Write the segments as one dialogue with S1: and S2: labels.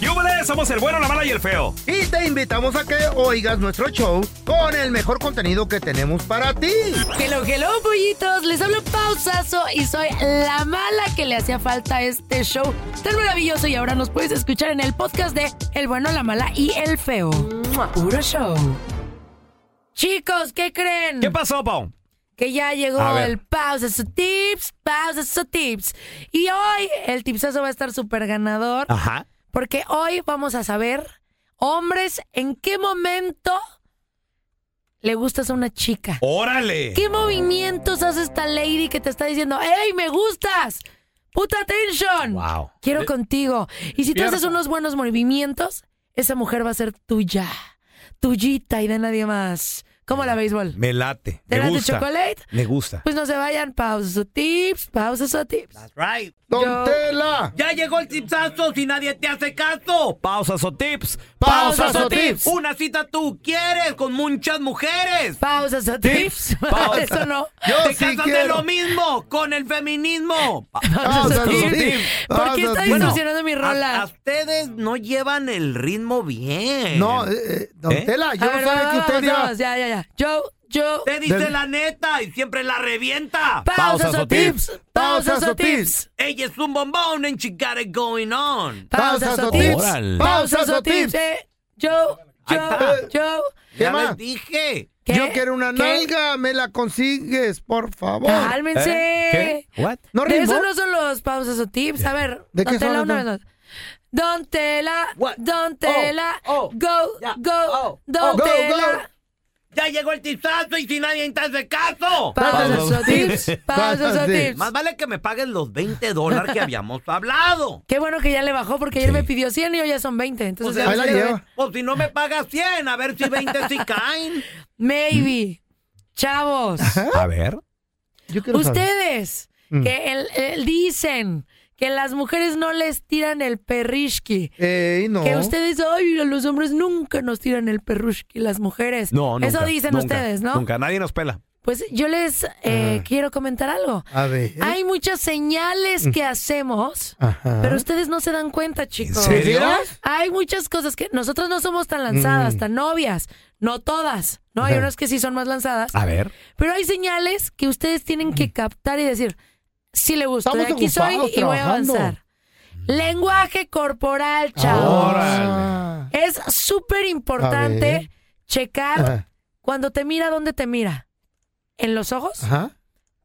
S1: ¡Yúbales! Somos el bueno, la mala y el feo.
S2: Y te invitamos a que oigas nuestro show con el mejor contenido que tenemos para ti.
S3: Hello, hello, pollitos. Les hablo pausazo y soy la mala que le hacía falta a este show tan maravilloso. Y ahora nos puedes escuchar en el podcast de El bueno, la mala y el feo. Puro show. Chicos, ¿qué creen?
S1: ¿Qué pasó, Pau?
S3: que ya
S1: A
S3: llegó
S1: ver.
S3: el pausazo tips, pausazo tips. Y hoy el tipsazo va a estar súper ganador.
S1: Ajá.
S3: Porque hoy vamos a saber, hombres, en qué momento le gustas a una chica.
S1: ¡Órale!
S3: ¿Qué movimientos hace esta lady que te está diciendo, hey, me gustas? Puta atención.
S1: Wow. Eh,
S3: Quiero contigo. Y si tú haces unos buenos movimientos, esa mujer va a ser tuya. Tuyita y de nadie más.
S1: Eh,
S3: ¿Cómo la béisbol?
S1: Me late.
S3: ¿Te
S1: me
S3: late
S1: gusta.
S3: chocolate?
S1: Me gusta.
S3: Pues no se vayan, pausas o tips, pausas o tips.
S1: Right.
S2: Don
S3: Yo-
S2: Tela.
S1: Ya llegó el tipsazo si nadie te hace caso. Pausas o tips.
S2: Pausas o tips.
S1: Una cita tú quieres con muchas mujeres.
S3: Pausas o tips.
S1: Tips, pausas.
S3: Eso no.
S2: Yo
S1: te
S2: sí
S1: cansas de
S2: quiero.
S1: lo mismo con el feminismo. Pa-
S3: Pausas o
S2: Pausas o
S3: tips.
S2: tips.
S3: ¿Por
S2: Pausas
S3: qué
S2: o
S3: está
S2: tips.
S3: distorsionando mi
S1: A, a
S3: rola?
S1: ustedes no llevan el ritmo bien.
S2: No, eh, eh, Don
S1: ¿Eh?
S2: Tela, yo
S3: A
S2: no
S3: ver,
S2: sabía
S3: va,
S2: que
S3: vamos,
S2: usted iba.
S3: vamos, Ya, ya, ya. Yo, yo.
S1: Te dice
S2: eh, Del-
S1: la neta y siempre la revienta.
S3: Pausas o tips. Pausas
S2: Pausas
S3: o
S2: o
S3: tips.
S1: Ella es un bombón and she got it going on.
S3: Pausas o tips.
S2: Órale.
S3: Pausas o tips. Eh, Yo,
S1: Ahí
S3: yo,
S1: está.
S3: yo.
S2: ¿Qué
S1: ya
S2: más?
S1: les dije.
S3: ¿Qué?
S2: Yo quiero una
S3: ¿Qué?
S2: nalga, me la consigues, por favor.
S4: ¿Eh?
S3: Cálmense.
S1: What?
S2: ¿No
S3: De
S2: rimó?
S3: eso no son los pausas o tips. A ver,
S2: ¿De
S3: Don
S2: qué
S3: Tela,
S2: son
S3: una vez
S2: entonces?
S3: más. Don Tela,
S1: What?
S3: Don Tela,
S1: oh,
S3: go,
S1: ya,
S3: go,
S1: oh,
S3: Don
S2: oh. Go,
S3: Tela.
S1: Ya llegó el tizazo y si nadie te hace caso.
S3: Pausas o tips, pausas o
S2: Pausas,
S3: tips.
S1: Más vale que me paguen los 20 dólares que habíamos hablado.
S3: Qué bueno que ya le bajó porque ayer me pidió 100 y hoy ya son 20. Entonces,
S2: ahí la
S3: ya-
S2: lleva.
S1: Pues si no me pagas 100, a ver si 20 sí caen.
S3: maybe. Chavos,
S1: A ver.
S2: Yo Mm. quiero saber. Mm.
S3: ustedes que el- el- dicen que las mujeres no les tiran el perrishki.
S2: Ey, Eh, no.
S3: Que ustedes, ay, los hombres nunca nos tiran el perrushki, las mujeres. Eso dicen ustedes, ¿no?
S1: nadie nos pela.
S3: Pues yo les eh, quiero comentar algo.
S2: Ah. A ver. Mm.
S3: Hay muchas señales que hacemos,
S2: Ajá.
S3: pero ustedes no se dan cuenta, chicos.
S2: ¿De veras?
S3: Hay muchas cosas que nosotros no somos tan
S2: Mm.
S3: lanzadas, tan obvias. No todas, ¿no? Hay unas que sí son más lanzadas.
S1: A ver.
S3: Pero hay señales que ustedes tienen
S2: Mm.
S3: que captar y decir, sí le gusta,
S2: Estamos
S3: aquí soy
S2: ocupados
S3: y voy a
S2: trabajando.
S3: avanzar.
S2: Mm.
S3: Lenguaje corporal, chavos.
S2: Ah.
S3: Es súper
S2: A
S3: importante
S2: ver.
S3: checar
S2: Ajá.
S3: cuando te mira, ¿dónde te mira? ¿En los ojos?
S2: Ajá.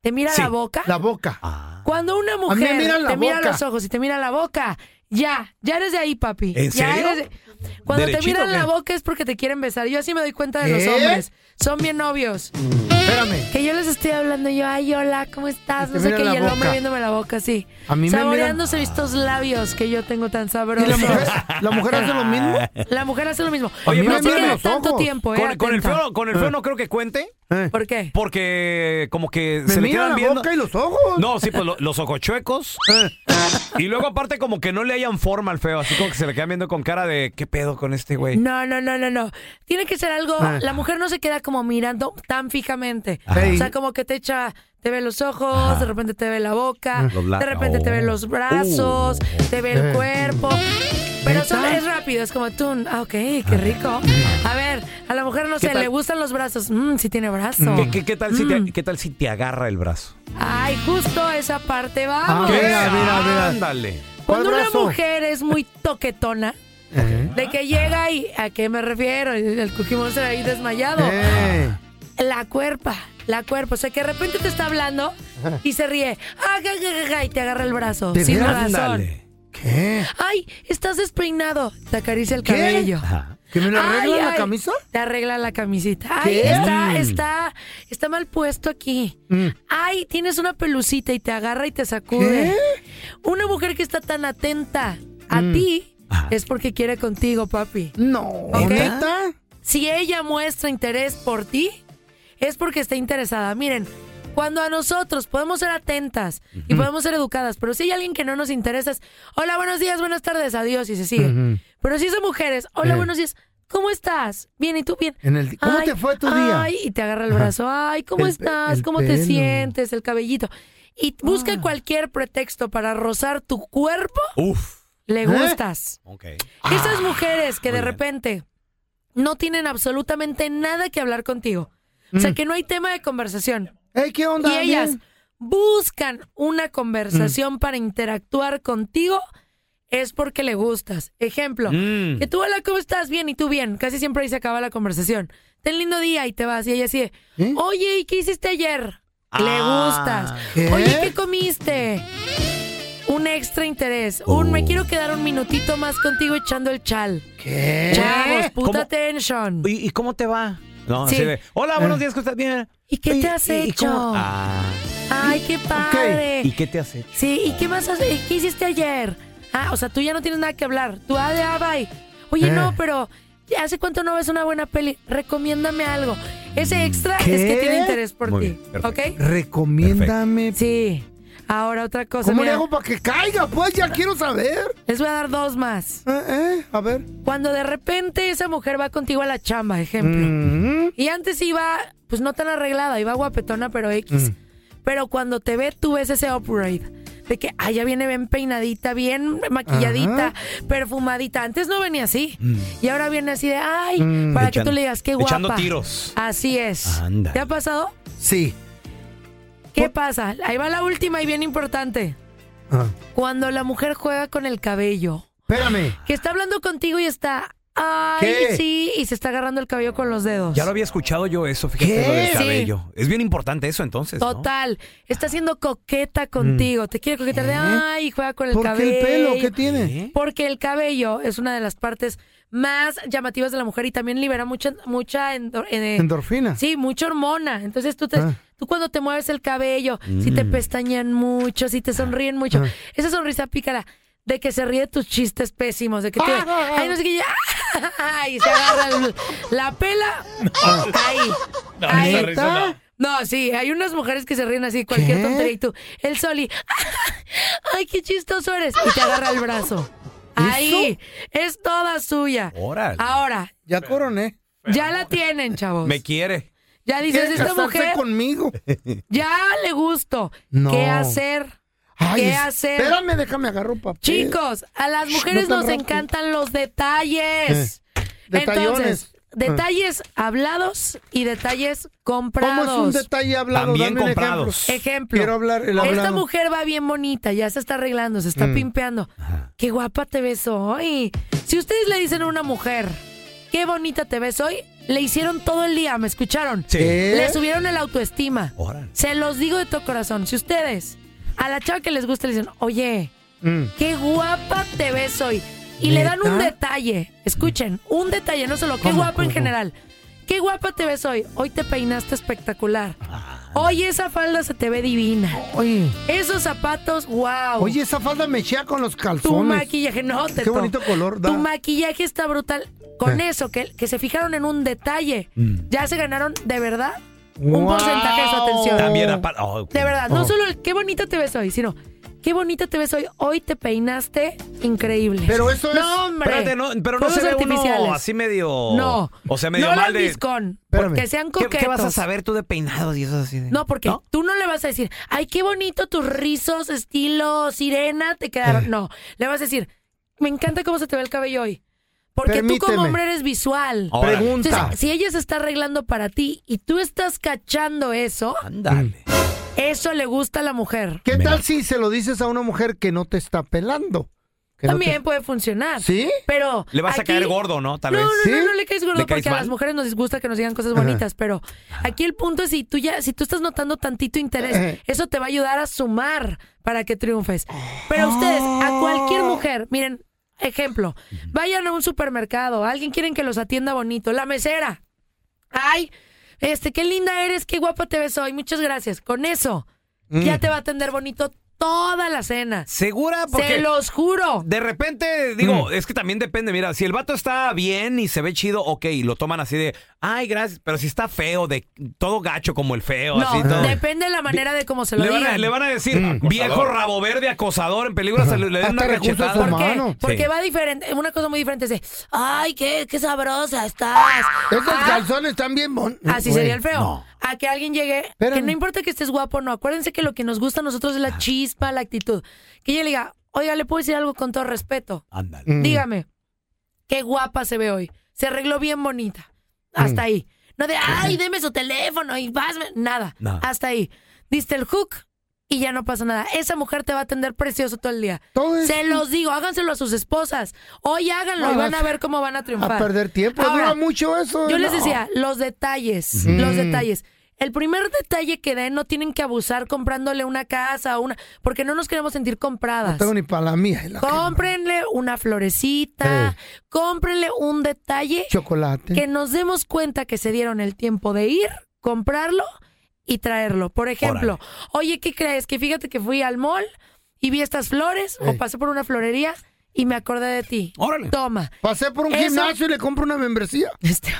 S3: ¿Te mira
S1: Sí.
S3: la boca?
S2: La boca.
S3: Ah. Cuando una mujer
S2: miran la
S3: te mira
S2: boca.
S3: los ojos y te mira la boca, ya, ya eres de ahí, papi.
S1: ¿En
S3: Ya
S1: serio?
S3: eres de- Cuando te
S1: ¿Derechito
S3: miran
S1: o qué?
S3: la boca es porque te quieren besar. Yo así me doy cuenta de los
S2: ¿Qué?
S3: hombres. Son bien novios.
S2: Mm. Espérame.
S3: Que yo les estoy hablando yo, ay, hola, ¿cómo estás?
S2: Y
S3: No
S2: te
S3: sé
S2: miran
S3: qué, y
S2: la
S3: el hombre
S2: boca.
S3: viéndome la boca así.
S2: A mí me miran-
S3: saboreándose estos labios que yo tengo tan
S2: ¿Y
S3: sabrosos.
S2: la mujer, la mujer hace
S3: Ah.
S2: lo mismo?
S3: La mujer hace lo mismo.
S2: Oye, me
S3: pero no
S2: miran
S3: tiene
S2: los
S3: tanto
S2: ojos.
S3: tiempo,
S1: Pues,
S3: ¿eh?
S4: Con, con el
S3: Atenta.
S4: feo, con el feo no creo que cuente,
S2: Eh.
S3: ¿Por qué?
S4: porque como que
S2: Me
S4: se le
S2: mira
S4: quedan
S2: la
S4: viendo.
S2: boca y los ojos.
S4: No, sí, pues lo- los ojochuecos.
S1: Eh.
S4: y luego aparte como que no le hayan forma al feo, así como que se le quedan viendo con cara de ¿qué pedo con este güey?
S3: No, no, no, no, no. Tiene que ser algo.
S2: Ah.
S3: La mujer no se queda como mirando tan fijamente.
S2: Ajá.
S3: O sea, como que te echa, te ve los ojos, de repente
S2: Ah.
S3: te ve la boca,
S4: Los bla-
S3: de repente te ve
S4: Oh.
S2: Uh.
S3: los brazos, te ve el
S2: Eh.
S3: cuerpo. Pero son- es rápido, es como tú. Ah, ok, qué rico. A ver, a la mujer no
S4: ¿Qué
S3: sé,
S4: tal?
S3: le gustan los brazos. Mmm, sí tiene brazo.
S4: ¿Qué, qué- qué tal si
S3: Mm.
S4: te, qué tal si te agarra el brazo?
S3: Ay, justo a esa parte vamos.
S2: Ah, mira, mira, mira.
S4: Ándale.
S2: ¿Cuál
S3: Cuando una
S2: brazo?
S3: mujer es muy toquetona,
S2: Eh.
S3: de que llega y ¿a qué me refiero? El, el Cookie Monster ahí desmayado.
S2: Eh.
S3: La cuerpa, la cuerpa. O sea, que de repente te está hablando y se ríe. Ah, ga, ga, ga, ga, y te agarra el brazo.
S2: ¿De
S3: Sin
S2: veras?
S3: razón.
S4: Ándale.
S2: ¿Qué?
S3: Ay, estás despeinado. Te acaricia el
S2: ¿Qué?
S3: cabello.
S2: ¿Que me le arreglan
S3: Ay,
S2: la
S3: ay,
S2: camisa?
S3: Te arregla la camisita. Ay,
S2: ¿Qué?
S3: está,
S2: Mm.
S3: está, está mal puesto aquí. Ay, tienes una pelucita y te agarra y te sacude. Una mujer que está tan atenta a
S2: Mm.
S3: ti
S2: Ah.
S3: es porque quiere contigo, papi.
S2: No.
S3: ¿Ok?
S2: ¿Neta?
S3: Si ella muestra interés por ti, es porque está interesada. Miren, cuando a nosotros podemos ser atentas y podemos ser educadas, pero si hay alguien que no nos interesa, es, hola, buenos días, buenas tardes, adiós, y se sigue. Pero si es de mujeres, hola,
S2: Eh.
S3: buenos días, ¿cómo estás? Bien, ¿y tú bien?
S2: En el, di- ¿Cómo
S3: Ay,
S2: te fue tu día?
S3: Ay, y te agarra el brazo. Ay, ¿cómo
S2: El pe-
S3: estás?
S2: el
S3: ¿Cómo te
S2: pelo. Ah.
S3: sientes? El cabellito. Y busca cualquier pretexto para rozar tu cuerpo.
S4: Uf.
S3: Le
S2: ¿Eh?
S3: gustas.
S4: Ok.
S3: Esas mujeres que de
S4: muy bien.
S3: repente no tienen absolutamente nada que hablar contigo. O sea, que no hay tema de conversación.
S2: Ey, ¿Qué onda?
S3: Y ellas
S2: Bien.
S3: buscan una conversación
S4: Mm.
S3: para interactuar contigo. Es porque le gustas. Ejemplo,
S4: Mm.
S3: que tú, hola, ¿cómo estás? Bien, y tú bien. Casi siempre ahí se acaba la conversación. Ten lindo día y te vas. Y ella así, de,
S2: ¿Eh?
S3: oye, ¿y qué hiciste ayer? Le
S4: Ah.
S3: gustas.
S2: ¿Qué?
S3: Oye, ¿qué comiste? Un extra interés. Un
S4: Oh.
S3: me quiero quedar un minutito más contigo echando el chal.
S2: ¿Qué?
S3: Chavos, puta
S4: ¿Eh? ¿Cómo?
S3: atención.
S4: ¿Y, y cómo te va? Ah. No,
S3: Sí.
S4: así de, hola, buenos días, ¿cómo estás? Bien.
S3: ¿Y qué te has
S4: y cómo-
S3: hecho?
S4: Ah,
S3: Ay, qué padre.
S4: ¿Y qué te has hecho?
S3: Sí, ¿y qué más has- eh, qué hiciste ayer? Ah, o sea, tú ya no tienes nada que hablar. Tú, ah, de, ah, bye. Oye,
S2: Eh.
S3: no, pero ¿hace cuánto no ves una buena peli? Recomiéndame algo. Ese extra es que
S2: ¿Qué?
S3: tiene interés por
S4: Muy
S3: ti.
S4: bien, perfecto.
S3: ¿Ok?
S2: Recomiéndame.
S3: Sí. Ahora otra cosa.
S2: ¿Cómo le
S3: mira,
S2: hago para que caiga? Pues ya quiero saber.
S3: les voy a dar dos más.
S2: Eh, eh, a ver.
S3: Cuando de repente esa mujer va contigo a la chamba, ejemplo.
S2: Mm,
S3: Y antes iba, pues no tan arreglada, iba guapetona, pero
S4: Mm.
S3: X. Pero cuando te ve, tú ves ese upgrade. De que, ah, ya viene bien peinadita, bien maquilladita, perfumadita. Antes no venía así. Y ahora viene así de, ay, para
S4: Mm.
S3: que
S4: Echando-
S3: tú le digas, qué guapa.
S4: echando tiros.
S3: Así es.
S4: Ándale.
S3: ¿Te ha pasado?
S2: Sí.
S3: ¿Qué pasa? Ahí va la última y bien importante.
S2: Ah,
S3: Cuando la mujer juega con el cabello.
S2: Espérame.
S3: Que está hablando contigo y está, ay,
S2: ¿Qué?
S3: sí, y se está agarrando el cabello con los dedos.
S4: Ya lo había escuchado yo eso, fíjate,
S2: ¿Qué?
S4: lo del
S3: Ah. Sí.
S4: cabello. Es bien importante eso entonces, ¿no?
S3: Total, está siendo coqueta contigo, te quiere coquetar de ay, juega con el
S2: ¿Por qué
S3: cabello.
S2: Mm. ¿Eh? el pelo? ¿Qué tiene?
S3: Porque el cabello es una de las partes más llamativas de la mujer y también libera mucha mucha endo- eh,
S2: Endorfina.
S3: Sí, mucha hormona. Entonces tú te
S2: Ah. Mm.
S3: tú cuando te mueves el cabello, si te pestañean mucho, si te sonríen mucho,
S2: Ah.
S3: esa sonrisa pícara de que se ríe de tus chistes pésimos, de que te
S2: Ah.
S3: ay no sé qué y- ay, se agarra el- la pela
S2: Ah.
S3: ahí. ahí. No, sí, hay unas mujeres que se ríen así, cualquier
S2: ¿Qué?
S3: tontería. Y tú, el Soli, ¡ay, qué chistoso eres! Y te agarra el brazo. Ahí, es toda suya.
S4: Órale.
S3: Ahora,
S2: Ya coroné.
S3: ya la tienen, chavos.
S4: Me quiere.
S3: Ya dices,
S2: ¿Quieres
S3: esta
S2: casarse
S3: mujer,
S2: conmigo?
S3: ya le gusto.
S2: No.
S3: ¿Qué hacer?
S2: Ay,
S3: ¿Qué hacer?
S2: Espérame, déjame agarrar un papel.
S3: Chicos, a las
S2: no
S3: mujeres
S2: tan
S3: nos
S2: rápido.
S3: encantan los detalles. Entonces,
S2: Detallones. Ah.
S3: detalles hablados y detalles
S2: ¿Cómo es
S3: comprados.
S2: un detalle hablado?
S4: También
S2: Dame un
S4: comprados.
S2: ejemplo.
S3: Ejemplo.
S2: Quiero hablar el
S3: Esta
S2: hablado. Mm.
S3: mujer va bien bonita, ya se está arreglando, se está pimpeando. Qué guapa te ves hoy. Si ustedes le dicen a una mujer, qué bonita te ves hoy, le hicieron todo el día, ¿me escucharon?
S4: Sí.
S2: ¿Eh?
S3: Le subieron el autoestima.
S4: Órale.
S3: Se los digo de todo corazón. Si ustedes a la chava que les gusta le dicen, oye,
S2: Mm.
S3: qué guapa te ves hoy. Y le dan un
S2: ¿Neta?
S3: detalle. Escuchen, un detalle, no solo qué
S2: ¿Cómo,
S3: guapa en
S2: cómo?
S3: general. Qué guapa te ves hoy. Hoy te peinaste espectacular. Hoy esa falda se te ve divina.
S2: Oye,
S3: Esos zapatos, wow.
S2: oye, esa falda me chea con los
S3: tu
S2: calzones.
S3: maquillaje, no, te
S2: Qué bonito color da.
S3: Tu maquillaje está brutal. Con eso, que, que se fijaron en un detalle, ya se ganaron de verdad un
S2: Wow.
S3: porcentaje de su atención.
S4: También aparte. oh,
S3: De verdad, no
S2: Oh.
S3: solo el qué bonita te ves hoy, sino qué bonita te ves hoy. Hoy te peinaste increíble.
S2: Pero eso es-
S3: No, hombre.
S4: Espérate, no, pero no
S3: Fuegos
S4: se ve
S3: artificiales.
S4: uno así medio.
S3: No.
S4: O sea, medio
S3: no
S4: mal de.
S3: lambiscón,
S2: Espérame.
S3: porque sean
S4: ¿Qué,
S3: coquetos.
S4: qué vas a saber tú de peinados y eso así? de-
S3: No, porque tú no le vas a decir,
S4: Eh.
S3: ay, qué bonito tus rizos estilo sirena te quedaron. No, le vas a decir, me encanta cómo se te ve el cabello hoy. Porque tú como
S2: Permíteme.
S3: hombre eres visual.
S4: Órale.
S2: Pregunta.
S3: Entonces, si ella se está arreglando para ti y tú estás cachando eso,
S4: Ándale.
S3: eso le gusta a la mujer.
S2: ¿Qué tal si se lo dices a una mujer que no te está pelando? Que no te-
S3: También puede funcionar.
S2: ¿sí
S3: Pero.
S4: Le vas a
S3: aquí-
S4: caer gordo, ¿no? Tal
S3: no,
S4: vez.
S3: no,
S2: ¿Sí?
S3: no, no le caes gordo
S4: ¿Le caes
S3: porque a
S4: mal?
S3: las mujeres nos gusta que nos digan cosas
S2: Ajá.
S3: bonitas, pero aquí el punto es si tú ya, si tú estás notando tantito interés,
S4: Eh.
S2: Ajá.
S3: eso te va a ayudar a sumar para que triunfes.
S4: Oh.
S3: Pero ustedes, a cualquier mujer, miren, ejemplo, vayan a un supermercado, alguien quieren que los atienda bonito, la mesera, ay, este, qué linda eres, qué guapa te ves hoy, muchas gracias. Con eso,
S4: Mm.
S3: ya te va a atender bonito toda la cena.
S4: ¿Segura? Porque
S3: Se los juro.
S4: de repente, digo, es que también depende. Mira, si el vato está bien y se ve chido, ok, lo toman así de, ay, gracias. Pero si está feo, de todo gacho como el feo,
S3: No,
S4: así todo.
S3: depende de la manera de cómo se lo
S4: Le
S3: digan.
S4: van, a, le van a decir, viejo rabo verde acosador en películas, le, le dan
S2: Hasta
S4: una
S2: recursos
S4: cachetada.
S3: ¿Por
S2: humanos.
S3: qué?
S2: Mano.
S3: Porque
S4: Sí.
S3: va diferente, una cosa muy diferente es de, ay, qué, qué sabrosa estás.
S2: Estos
S3: Ah,
S2: calzones están bien bonitos.
S3: Así sería el feo. A que alguien llegue, que
S2: Espérame.
S3: no importa que estés guapo o no, acuérdense que lo que nos gusta a nosotros es
S4: Ah.
S3: la chispa, la actitud. Que ella le diga, oiga, le puedo decir algo con todo respeto.
S4: Ándale.
S3: Dígame, qué guapa se ve hoy. Se arregló bien bonita. Hasta ahí. No de, ay, deme su teléfono y vas. Nada.
S4: No.
S3: Hasta ahí. Diste el hook y ya no pasa nada. Esa mujer te va a atender precioso todo el día.
S2: Todo es-
S3: Se los digo, háganselo a sus esposas. Hoy háganlo y
S2: No,
S3: van
S2: vas
S3: a ver cómo van a triunfar.
S2: A perder tiempo.
S3: Ahora,
S2: Dura mucho eso. ¿eh?
S3: Yo
S2: no.
S3: les decía, los detalles, los detalles. El primer detalle que den no tienen que abusar comprándole una casa o una... Porque no nos queremos sentir compradas.
S2: No tengo ni para la mía. y la que-
S3: Cómprenle una florecita, cómprenle un detalle
S2: Chocolate.
S3: que nos demos cuenta que se dieron el tiempo de ir, comprarlo y traerlo. Por ejemplo, oye, ¿qué crees? Que fíjate que fui al mall y vi estas flores
S2: Ey.
S3: o pasé por una florería y me acordé de ti.
S4: Órale.
S3: Toma.
S2: Pasé por un
S3: Eso-
S2: gimnasio y le compro una membresía.
S3: Este-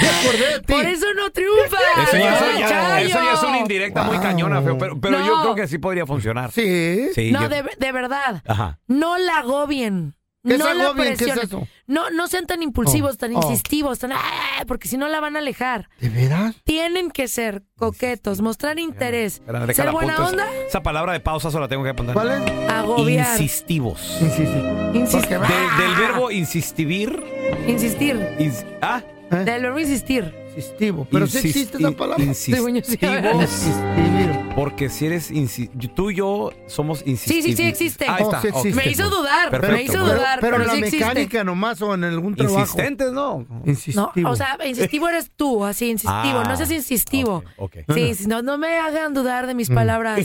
S2: Me acordé de ti.
S3: Por eso no triunfa.
S4: Eso ya,
S3: no,
S4: eso ya- eso ya es
S3: Chayo.
S4: una indirecta muy
S2: Wow.
S4: cañona, feo. Pero, pero yo
S3: No.
S4: creo que sí podría funcionar.
S2: Sí.
S4: Sí,
S3: No,
S4: yo-
S3: de, de verdad.
S4: Ajá.
S3: No la agobien.
S2: ¿Qué es
S3: no la
S2: agobien? ¿Qué es
S3: presionen.
S2: eso?
S3: No, no sean tan impulsivos,
S2: Oh,
S3: tan
S2: oh.
S3: insistivos, tan "Ah", porque si no la van a alejar.
S2: ¿De veras?
S3: Tienen que ser coquetos, mostrar interés,
S4: Espera, déjala,
S3: ser buena
S4: apunto
S3: onda,
S4: esa- Esa palabra de pausa solo la tengo que apuntar.
S2: ¿Cuál es?
S3: agobiar,
S4: Insistivos.
S2: Sí, sí, sí.
S3: insistir,
S2: Porque va-
S4: Del- del verbo insistir.
S3: insistir,
S4: ins- ah,
S3: del verbo insistir.
S2: Insistivo. Pero sí
S4: insis-
S2: existe esa
S4: in-
S2: palabra.
S4: insistivos.
S3: Según yo sí, a ver.
S2: Insistir.
S4: Porque si eres insi- tú y yo somos
S3: sí,
S4: insistivos.
S3: existe.
S4: Ahí
S2: Oh,
S4: está.
S2: sí
S4: ok.
S2: existe.
S3: Me hizo dudar,
S4: Perfecto,
S3: me hizo
S4: bueno.
S3: dudar,
S2: pero,
S3: pero,
S2: en la
S3: sí existe.
S2: mecánica nomás o en algún trabajo.
S4: Insistentes, ¿no?
S2: Insistivo.
S3: No, o sea, insistivo eres tú, así, insistivo,
S4: Ah,
S3: no seas insistivo.
S4: ok, Mm. ok.
S3: Sí, si no, no me hagan dudar de mis palabras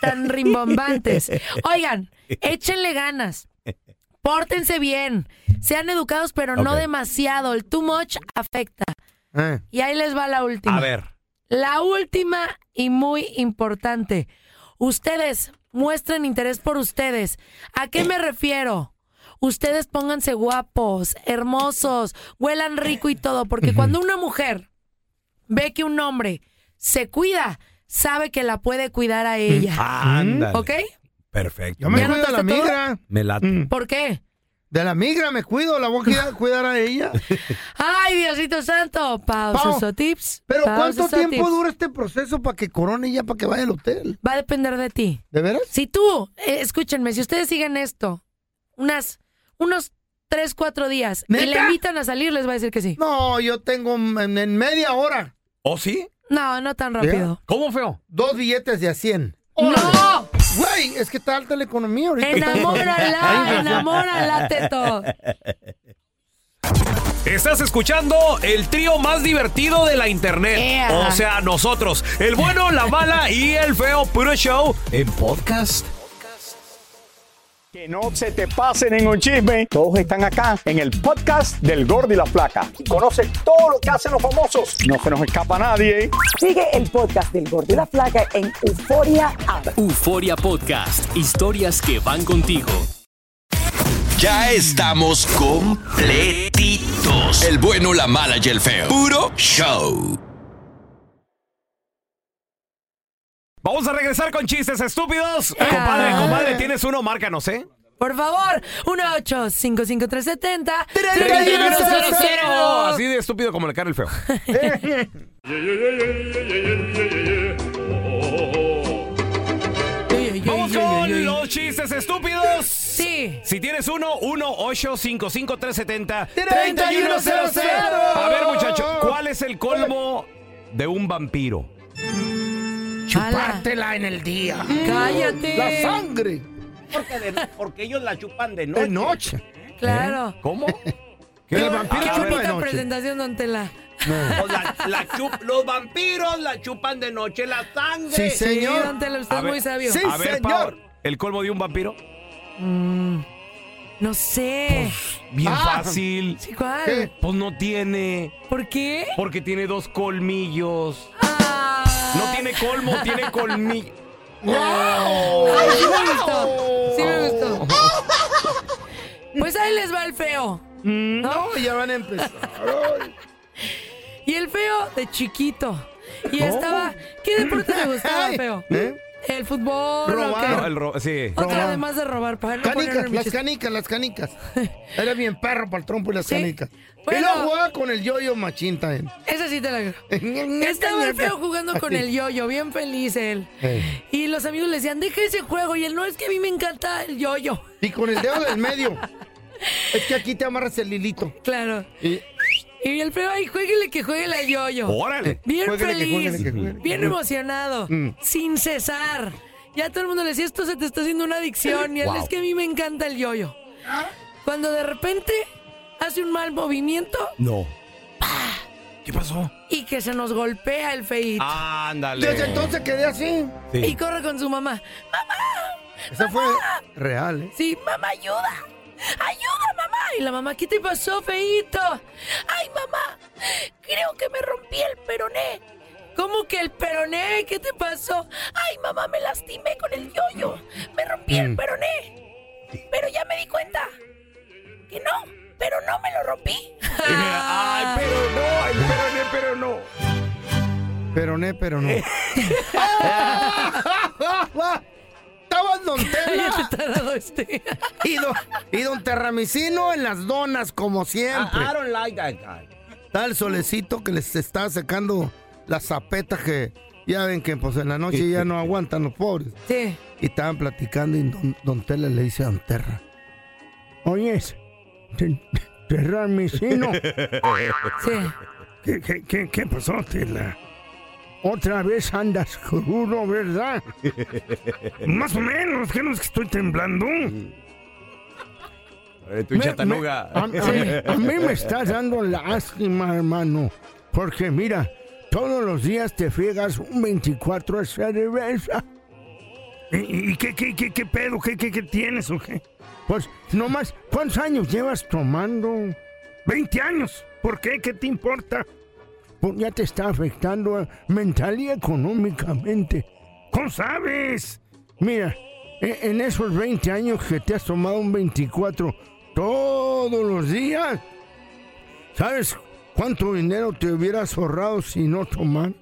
S3: tan rimbombantes. Oigan, échenle ganas. Pórtense bien, sean educados, pero no
S4: Ok.
S3: demasiado. El too much afecta.
S2: Eh.
S3: Y ahí les va la última.
S4: A ver.
S3: La última y muy importante. Ustedes muestren interés por ustedes. ¿A qué me refiero? Ustedes pónganse guapos, hermosos, huelan rico y todo, porque cuando una mujer ve que un hombre se cuida, sabe que la puede cuidar a ella.
S4: Ándale.
S3: ¿Ok?
S4: Perfecto.
S2: Mm, Yo me Mm.
S3: ¿Ya
S2: cuido de la
S3: notaste todo?
S2: migra.
S4: Me late.
S3: ¿Por qué?
S2: De la migra me cuido. La voy a cuidar, cuidar a ella.
S3: ¡Ay, Diosito Santo! Pausas
S2: Pau,
S3: o tips.
S2: Pero
S3: pausas
S2: ¿cuánto
S3: o
S2: tiempo
S3: tips.
S2: dura este proceso para que corone ya para que vaya al hotel?
S3: Va a depender de ti.
S2: ¿De veras?
S3: Si tú, eh, escúchenme, si ustedes siguen esto, unas, unos tres, cuatro días, y le
S2: ¿Neta?
S3: invitan a salir, les va a decir que sí.
S2: No, yo tengo en, en media hora
S4: ¿O ¿Oh, sí?
S3: No, no tan rápido.
S4: ¿Cómo feo?
S2: dos billetes de a 100.
S3: ¡No!
S2: Güey, es que está alta la economía ahorita.
S3: Enamórala, enamórala, Teto.
S4: Estás escuchando el trío más divertido de la internet.
S3: Ea.
S4: O sea, nosotros. El bueno, la mala y el feo puro show.
S5: En podcast.
S6: Que no se te pase ningún chisme. Todos están acá en el podcast del Gordi y la Flaca. Y conoce todo lo que hacen los famosos. No se nos escapa nadie.
S7: Sigue el podcast del Gordo y la Flaca en Euforia App.
S8: Euforia Podcast. Historias que van contigo.
S9: Ya estamos completitos. El bueno, la mala y el feo. Puro show.
S4: Vamos a regresar con chistes estúpidos. Compadre, compadre, tienes uno, márcanos, ¿eh?
S3: Por favor, 1 8 5 5 3 70
S4: Así de estúpido como el cara el feo. Vamos con los chistes estúpidos.
S3: Sí.
S4: Si tienes uno, 1-855-370.
S1: 3100.
S4: A ver, muchacho, ¿cuál es el colmo de un vampiro?
S2: Chupártela en el día.
S3: Cállate.
S2: La sangre.
S4: Porque, ellos la chupan de
S2: De noche. ¿Eh?
S3: Claro.
S4: Eh, ¿Cómo?
S2: Que el vampiro
S3: Qué
S2: chupa de
S3: bonita
S2: noche.
S3: presentación, don Tela.
S4: O la- la chup- los vampiros la chupan de noche la sangre.
S2: Sí, señor.
S3: Sí, don Tela, usted
S4: A
S3: es muy
S4: ver,
S3: sabio.
S2: Sí,
S4: a ver,
S2: señor.
S4: Pau, ¿el colmo de un vampiro?
S3: No sé.
S4: Bien
S2: Ah.
S4: fácil.
S3: Sí, ¿Cuál?
S2: ¿Qué?
S4: Pues no tiene,
S3: ¿Por qué?
S4: porque tiene dos colmillos.
S3: Ah,
S4: No tiene colmo, tiene colmillo.
S2: Oh.
S3: ay, sí me gustó. Sí me gustó. Oh. Pues ahí les va el feo.
S2: Mm, No, ya van a empezar.
S3: Y el feo de chiquito. Y estaba. ¿Qué deporte le gustaba,
S2: Ay,
S3: feo?
S2: ¿eh?
S3: ¿El fútbol? o
S2: Robar.
S4: No,
S3: qué?
S4: el ro- sí.
S3: Otra
S2: robar.
S3: vez más de robar para no
S2: Canicas,
S3: ponerme
S2: las
S3: bichis.
S2: canicas, las canicas. Era bien perro para el trompo y las
S3: Sí.
S2: canicas.
S3: Bueno.
S2: Y luego jugaba con el yoyo machín también.
S3: Esa sí te la Estaba el feo jugando con el yoyo, bien feliz él.
S2: Ey.
S3: Y los amigos le decían, deja ese juego. Y él, no, es que a mí me encanta el yoyo.
S2: Y con el dedo del medio. Es que aquí te amarras el hilito.
S3: Claro.
S2: Y
S3: Y el feo, ay, jueguele que jueguele al yoyo.
S4: Órale.
S3: Bien
S2: Juéguele que
S3: feliz,
S2: juéguele que juéguele.
S3: bien emocionado, sin cesar. Ya todo el mundo le decía, esto se te está haciendo una adicción. Y él, es que a mí me encanta el yoyo. Cuando de repente hace un mal movimiento
S4: No. ¿Qué pasó?
S3: y que se nos golpea el feito.
S4: Ándale.
S2: desde entonces quedé así.
S4: Ah, Sí.
S3: Y corre con su mamá.
S2: Eso fue real, ¿eh?
S3: Sí, mamá, ayuda. Ayuda, mamá. Y la mamá, ¿qué te pasó, feito? Ay, mamá, creo que me rompí el peroné. ¿Cómo que el peroné? ¿Qué te pasó? Ay, mamá, me lastimé con el yoyo. Me rompí el peroné. Pero ya me di cuenta que no, pero no me lo rompí.
S4: Ay, pero no, ay, pero no, pero no.
S2: Pero no, pero no. Estaban Don
S3: Ya te
S2: Tela
S3: tarado este.
S2: y don, y don Terramicino en las donas, como siempre.
S4: Ah, don't like that guy.
S2: Está el solecito que les está secando las zapetas que ya ven que pues en la noche ya no aguantan los pobres.
S3: Sí.
S2: Y estaban platicando y don, don Tela le dice a Don Terra. Oye, Terramicino.
S3: Sí.
S2: ¿Qué, qué, qué, qué pasó, Tela? Otra vez andas crudo, ¿verdad? Más o menos, que no es que estoy temblando.
S4: Eh, tu chatanuga.
S2: a, a mí, a mí me estás dando lástima, hermano. Porque mira, todos los días te friegas un 24 de cerveza. ¿Y, qué, qué, qué, qué pedo? ¿Qué, qué, tienes o qué? Pues nomás, ¿cuántos años llevas tomando? 20 años. ¿Por qué? ¿Qué te importa? Pues ya te está afectando eh, mental y económicamente. ¿Cómo sabes? Mira, e- en esos 20 años que te has tomado un 24 todos los días, ¿sabes cuánto dinero te hubieras ahorrado si no tomar?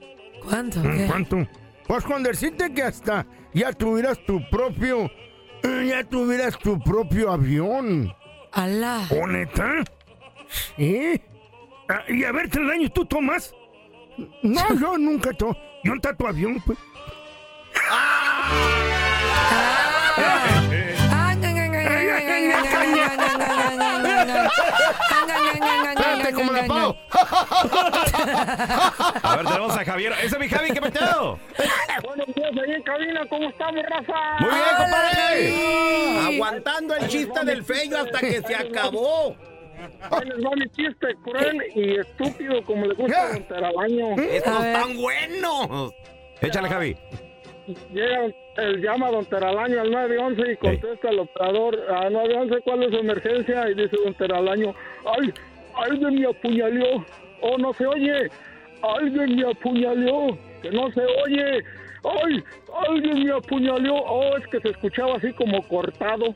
S3: ¿Cuánto?
S2: ¿Cuánto? Pues con decirte que hasta ya tuvieras tu propio, eh, ya tuvieras tu propio avión.
S3: Alá.
S2: ¿O neta? ¿Sí? Ah, ¿Y a ver, tres años tú tomas? No, yo nunca tomo. ¿Y dónde está tu avión, pues? Este
S3: Espérate,
S4: A ver, tenemos a Javier. Ese es mi Javi, ¿qué metido?
S6: Buenos días, ahí en cabina, ¿cómo estamos, Rafa?
S4: Muy bien, compadre.
S1: Aguantando el chiste del feyo hasta que se acabó.
S6: Ahí les va mi chiste cruel y estúpido, como le gusta a Don Terabaño.
S4: Estos
S3: ver.
S4: tan buenos. Échale, Javi.
S6: Llega, eh, llama a Don Teralaño al 911 y contesta al operador, a 911, ¿cuál es su emergencia? Y dice Don Teralaño, ¡ay, alguien me apuñaleó! ¡Oh, no se oye! ¡Alguien me apuñaleó! ¡Que no se oye! ¡Ay, alguien me apuñaleó! ¡Oh, es que se escuchaba así como cortado!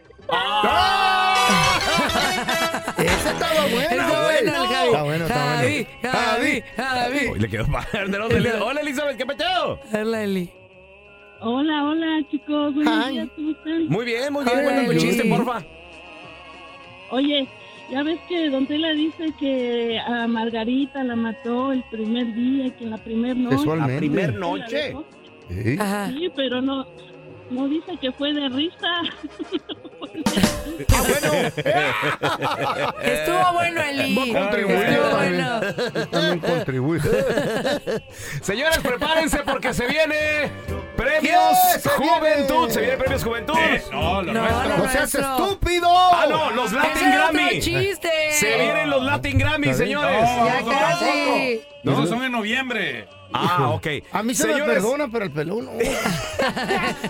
S2: Esa estaba buena, güey. Está bueno, está bueno.
S3: Javi, Javi, Javi.
S4: Uy, le quedó padre. ¿De dónde? Hola, Elizabeth, ¿qué metido?
S3: Hola, Eli.
S10: Hola, hola chicos, buenos
S2: Hi.
S10: días, ¿cómo están?
S4: Muy bien, muy bien.
S3: Hola,
S4: Cuéntame el
S3: Eli.
S4: chiste, porfa.
S10: Oye, ya ves que Don Tela dice que a Margarita la mató el primer día, que en la primer noche.
S2: Sexualmente.
S10: noche?
S2: Sí.
S3: Ajá.
S10: Sí, pero no, no dice que fue de risa.
S4: Eh,
S3: Estuvo bueno, Eli.
S2: Vos contribuiste
S3: Estuvo
S2: también.
S3: bueno.
S2: También contribuye.
S4: Señores, prepárense porque se viene Premios
S2: ¿Qué? Se
S4: Juventud.
S2: viene. Eh,
S4: Se viene Premios Juventud. no,
S2: No, nuestro. lo
S4: seas
S2: nuestro.
S4: estúpido. Ah, no, los
S2: Ese
S4: Latin
S2: era otro
S4: Grammy.
S2: chiste.
S4: Se vienen los Latin Grammy,
S2: ¿Está bien?
S4: señores.
S2: No, Ya no, no, casi.
S11: No, son en noviembre.
S4: Ah, ok.
S2: A mí se me
S4: Señores,
S2: perdona, pero el pelón.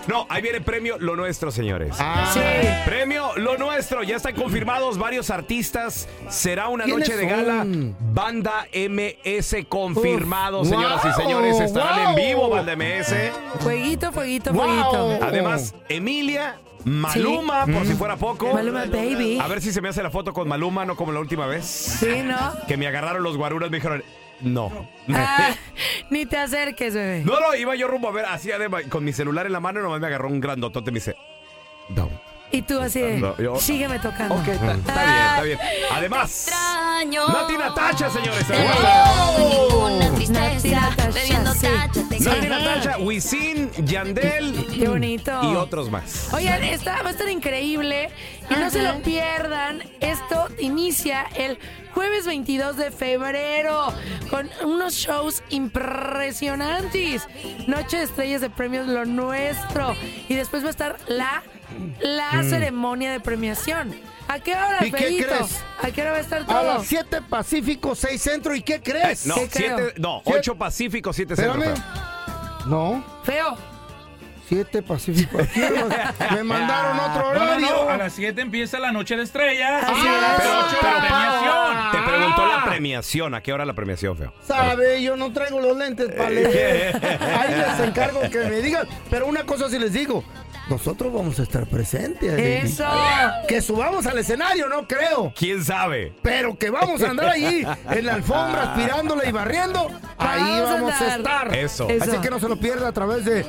S4: No, ahí viene premio Lo Nuestro, señores.
S2: Ah.
S4: Premio Lo Nuestro. Ya están confirmados varios artistas. Será una
S2: ¿Quiénes
S4: noche de gala. Banda MS confirmado,
S2: Uf,
S4: señoras y
S2: wow,
S4: señores. Estarán en
S2: wow.
S4: vivo, Banda MS.
S3: Fueguito, fueguito,
S4: Wow.
S3: fueguito.
S4: Además, Emilia. Maluma,
S3: Oh. Sí.
S4: por si
S3: Mm.
S4: fuera poco.
S3: Maluma Baby.
S4: A ver si se me hace la foto con Maluma, no como la última vez. Sí,
S3: ¿no?
S4: Que me agarraron los guaruras, me dijeron, no.
S3: Ah, ni te acerques, bebé.
S4: No, no, iba yo rumbo a ver, así además, con mi celular en la mano, nomás me agarró un grandotote y me dice,
S3: Y tú así
S4: No,
S3: de,
S4: yo-
S3: sígueme tocando.
S4: está, está bien, está bien. Además, Nati Natacha, señores.
S3: Eh.
S12: Ninguna
S3: tristeza, bebiendo
S4: Nati Natacha, Wisin, Yandel.
S3: Qué bonito.
S4: Y otros más.
S3: Oigan, esta va a estar increíble y no se lo pierdan. Esto inicia el jueves 22 de febrero con unos shows impresionantes. Noche de estrellas de premios Lo Nuestro y después va a estar la la
S2: Mm.
S3: ceremonia de premiación. ¿A qué hora,
S2: ¿Y qué
S3: Fellito?
S2: crees?
S3: ¿A qué hora va a estar todo?
S2: A las 7 Pacífico, 6 Centro. ¿Y qué crees?
S4: Eh, No,
S2: ¿Qué creo?
S4: siete, no,
S2: Siete-
S4: ocho Pacífico, siete
S2: Espérame.
S4: centro.
S2: No.
S3: Feo.
S2: 7 Pacífico. Aquí me- Me mandaron
S4: Ah,
S11: No, no,
S2: otro
S11: no,
S2: horario.
S11: A las 7 empieza la noche de estrellas.
S2: Así
S11: Ah,
S2: es.
S11: pero ocho la premiación.
S4: Te preguntó la premiación, ¿a qué hora la premiación, feo?
S2: Sabe, yo no traigo los lentes
S4: Eh.
S2: para leer. Ahí les encargo que me digan. Pero una cosa sí les digo. Nosotros vamos a estar presentes. baby.
S3: ¡Eso!
S2: Que subamos al escenario, no creo.
S4: ¿Quién sabe?
S2: Pero que vamos a andar allí, en la alfombra,
S4: Ah.
S2: aspirándola y barriendo. Ahí
S4: Vamos a
S2: vamos a
S4: andar.
S2: estar.
S4: Eso.
S2: Así
S4: Eso.
S2: que no se lo pierda a través de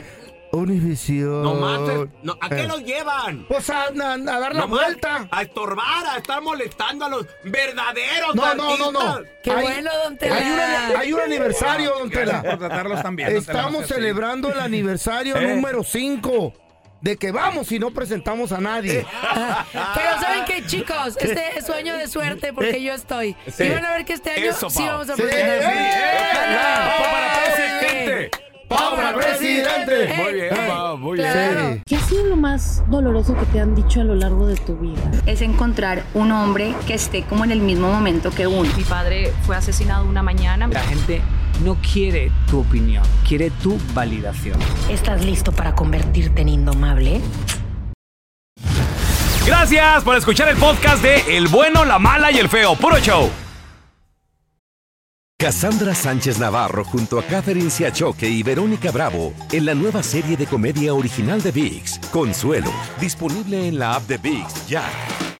S2: Univisión.
S4: No mames, no, ¿a qué los llevan?
S2: Pues a, a- a dar la
S4: No más,
S2: vuelta.
S4: A estorbar, a estar molestando a los verdaderos
S2: No, no,
S4: artistas.
S2: no, no. Hay- Hay, una- hay un aniversario, don Tela.
S11: Gracias por tratarlos también, don Tela, no
S2: Estamos
S11: sea así.
S2: celebrando el aniversario
S11: Eh.
S2: número 5 de que vamos y no presentamos a
S4: Eh,
S2: nadie. Ah.
S3: Pero ¿saben qué, chicos? Este es su año de suerte porque yo estoy.
S2: Sí.
S3: Y van a ver que este año
S2: Eso,
S3: sí
S2: Pau.
S3: vamos a
S2: Sí.
S3: presentar.
S2: Sí.
S3: Ojalá.
S2: ¡Pau
S3: Sí.
S2: ¡Pau
S3: para presidente!
S4: Muy bien,
S3: Ey,
S4: Pau, muy
S13: Claro.
S4: bien.
S13: ¿Qué ha sido lo más doloroso que te han dicho a lo largo de tu vida?
S14: es encontrar un hombre que esté como en el mismo momento que uno. Mi padre fue asesinado una mañana.
S15: La gente no quiere tu opinión, quiere tu validación.
S16: ¿Estás listo para convertirte en indomable?
S4: Gracias por escuchar el podcast de El bueno, la mala y el feo. Puro show.
S9: Cassandra Sánchez Navarro junto a Catherine Siachoque y Verónica Bravo en la nueva serie de comedia original de VIX, Consuelo, disponible en la app de VIX ya.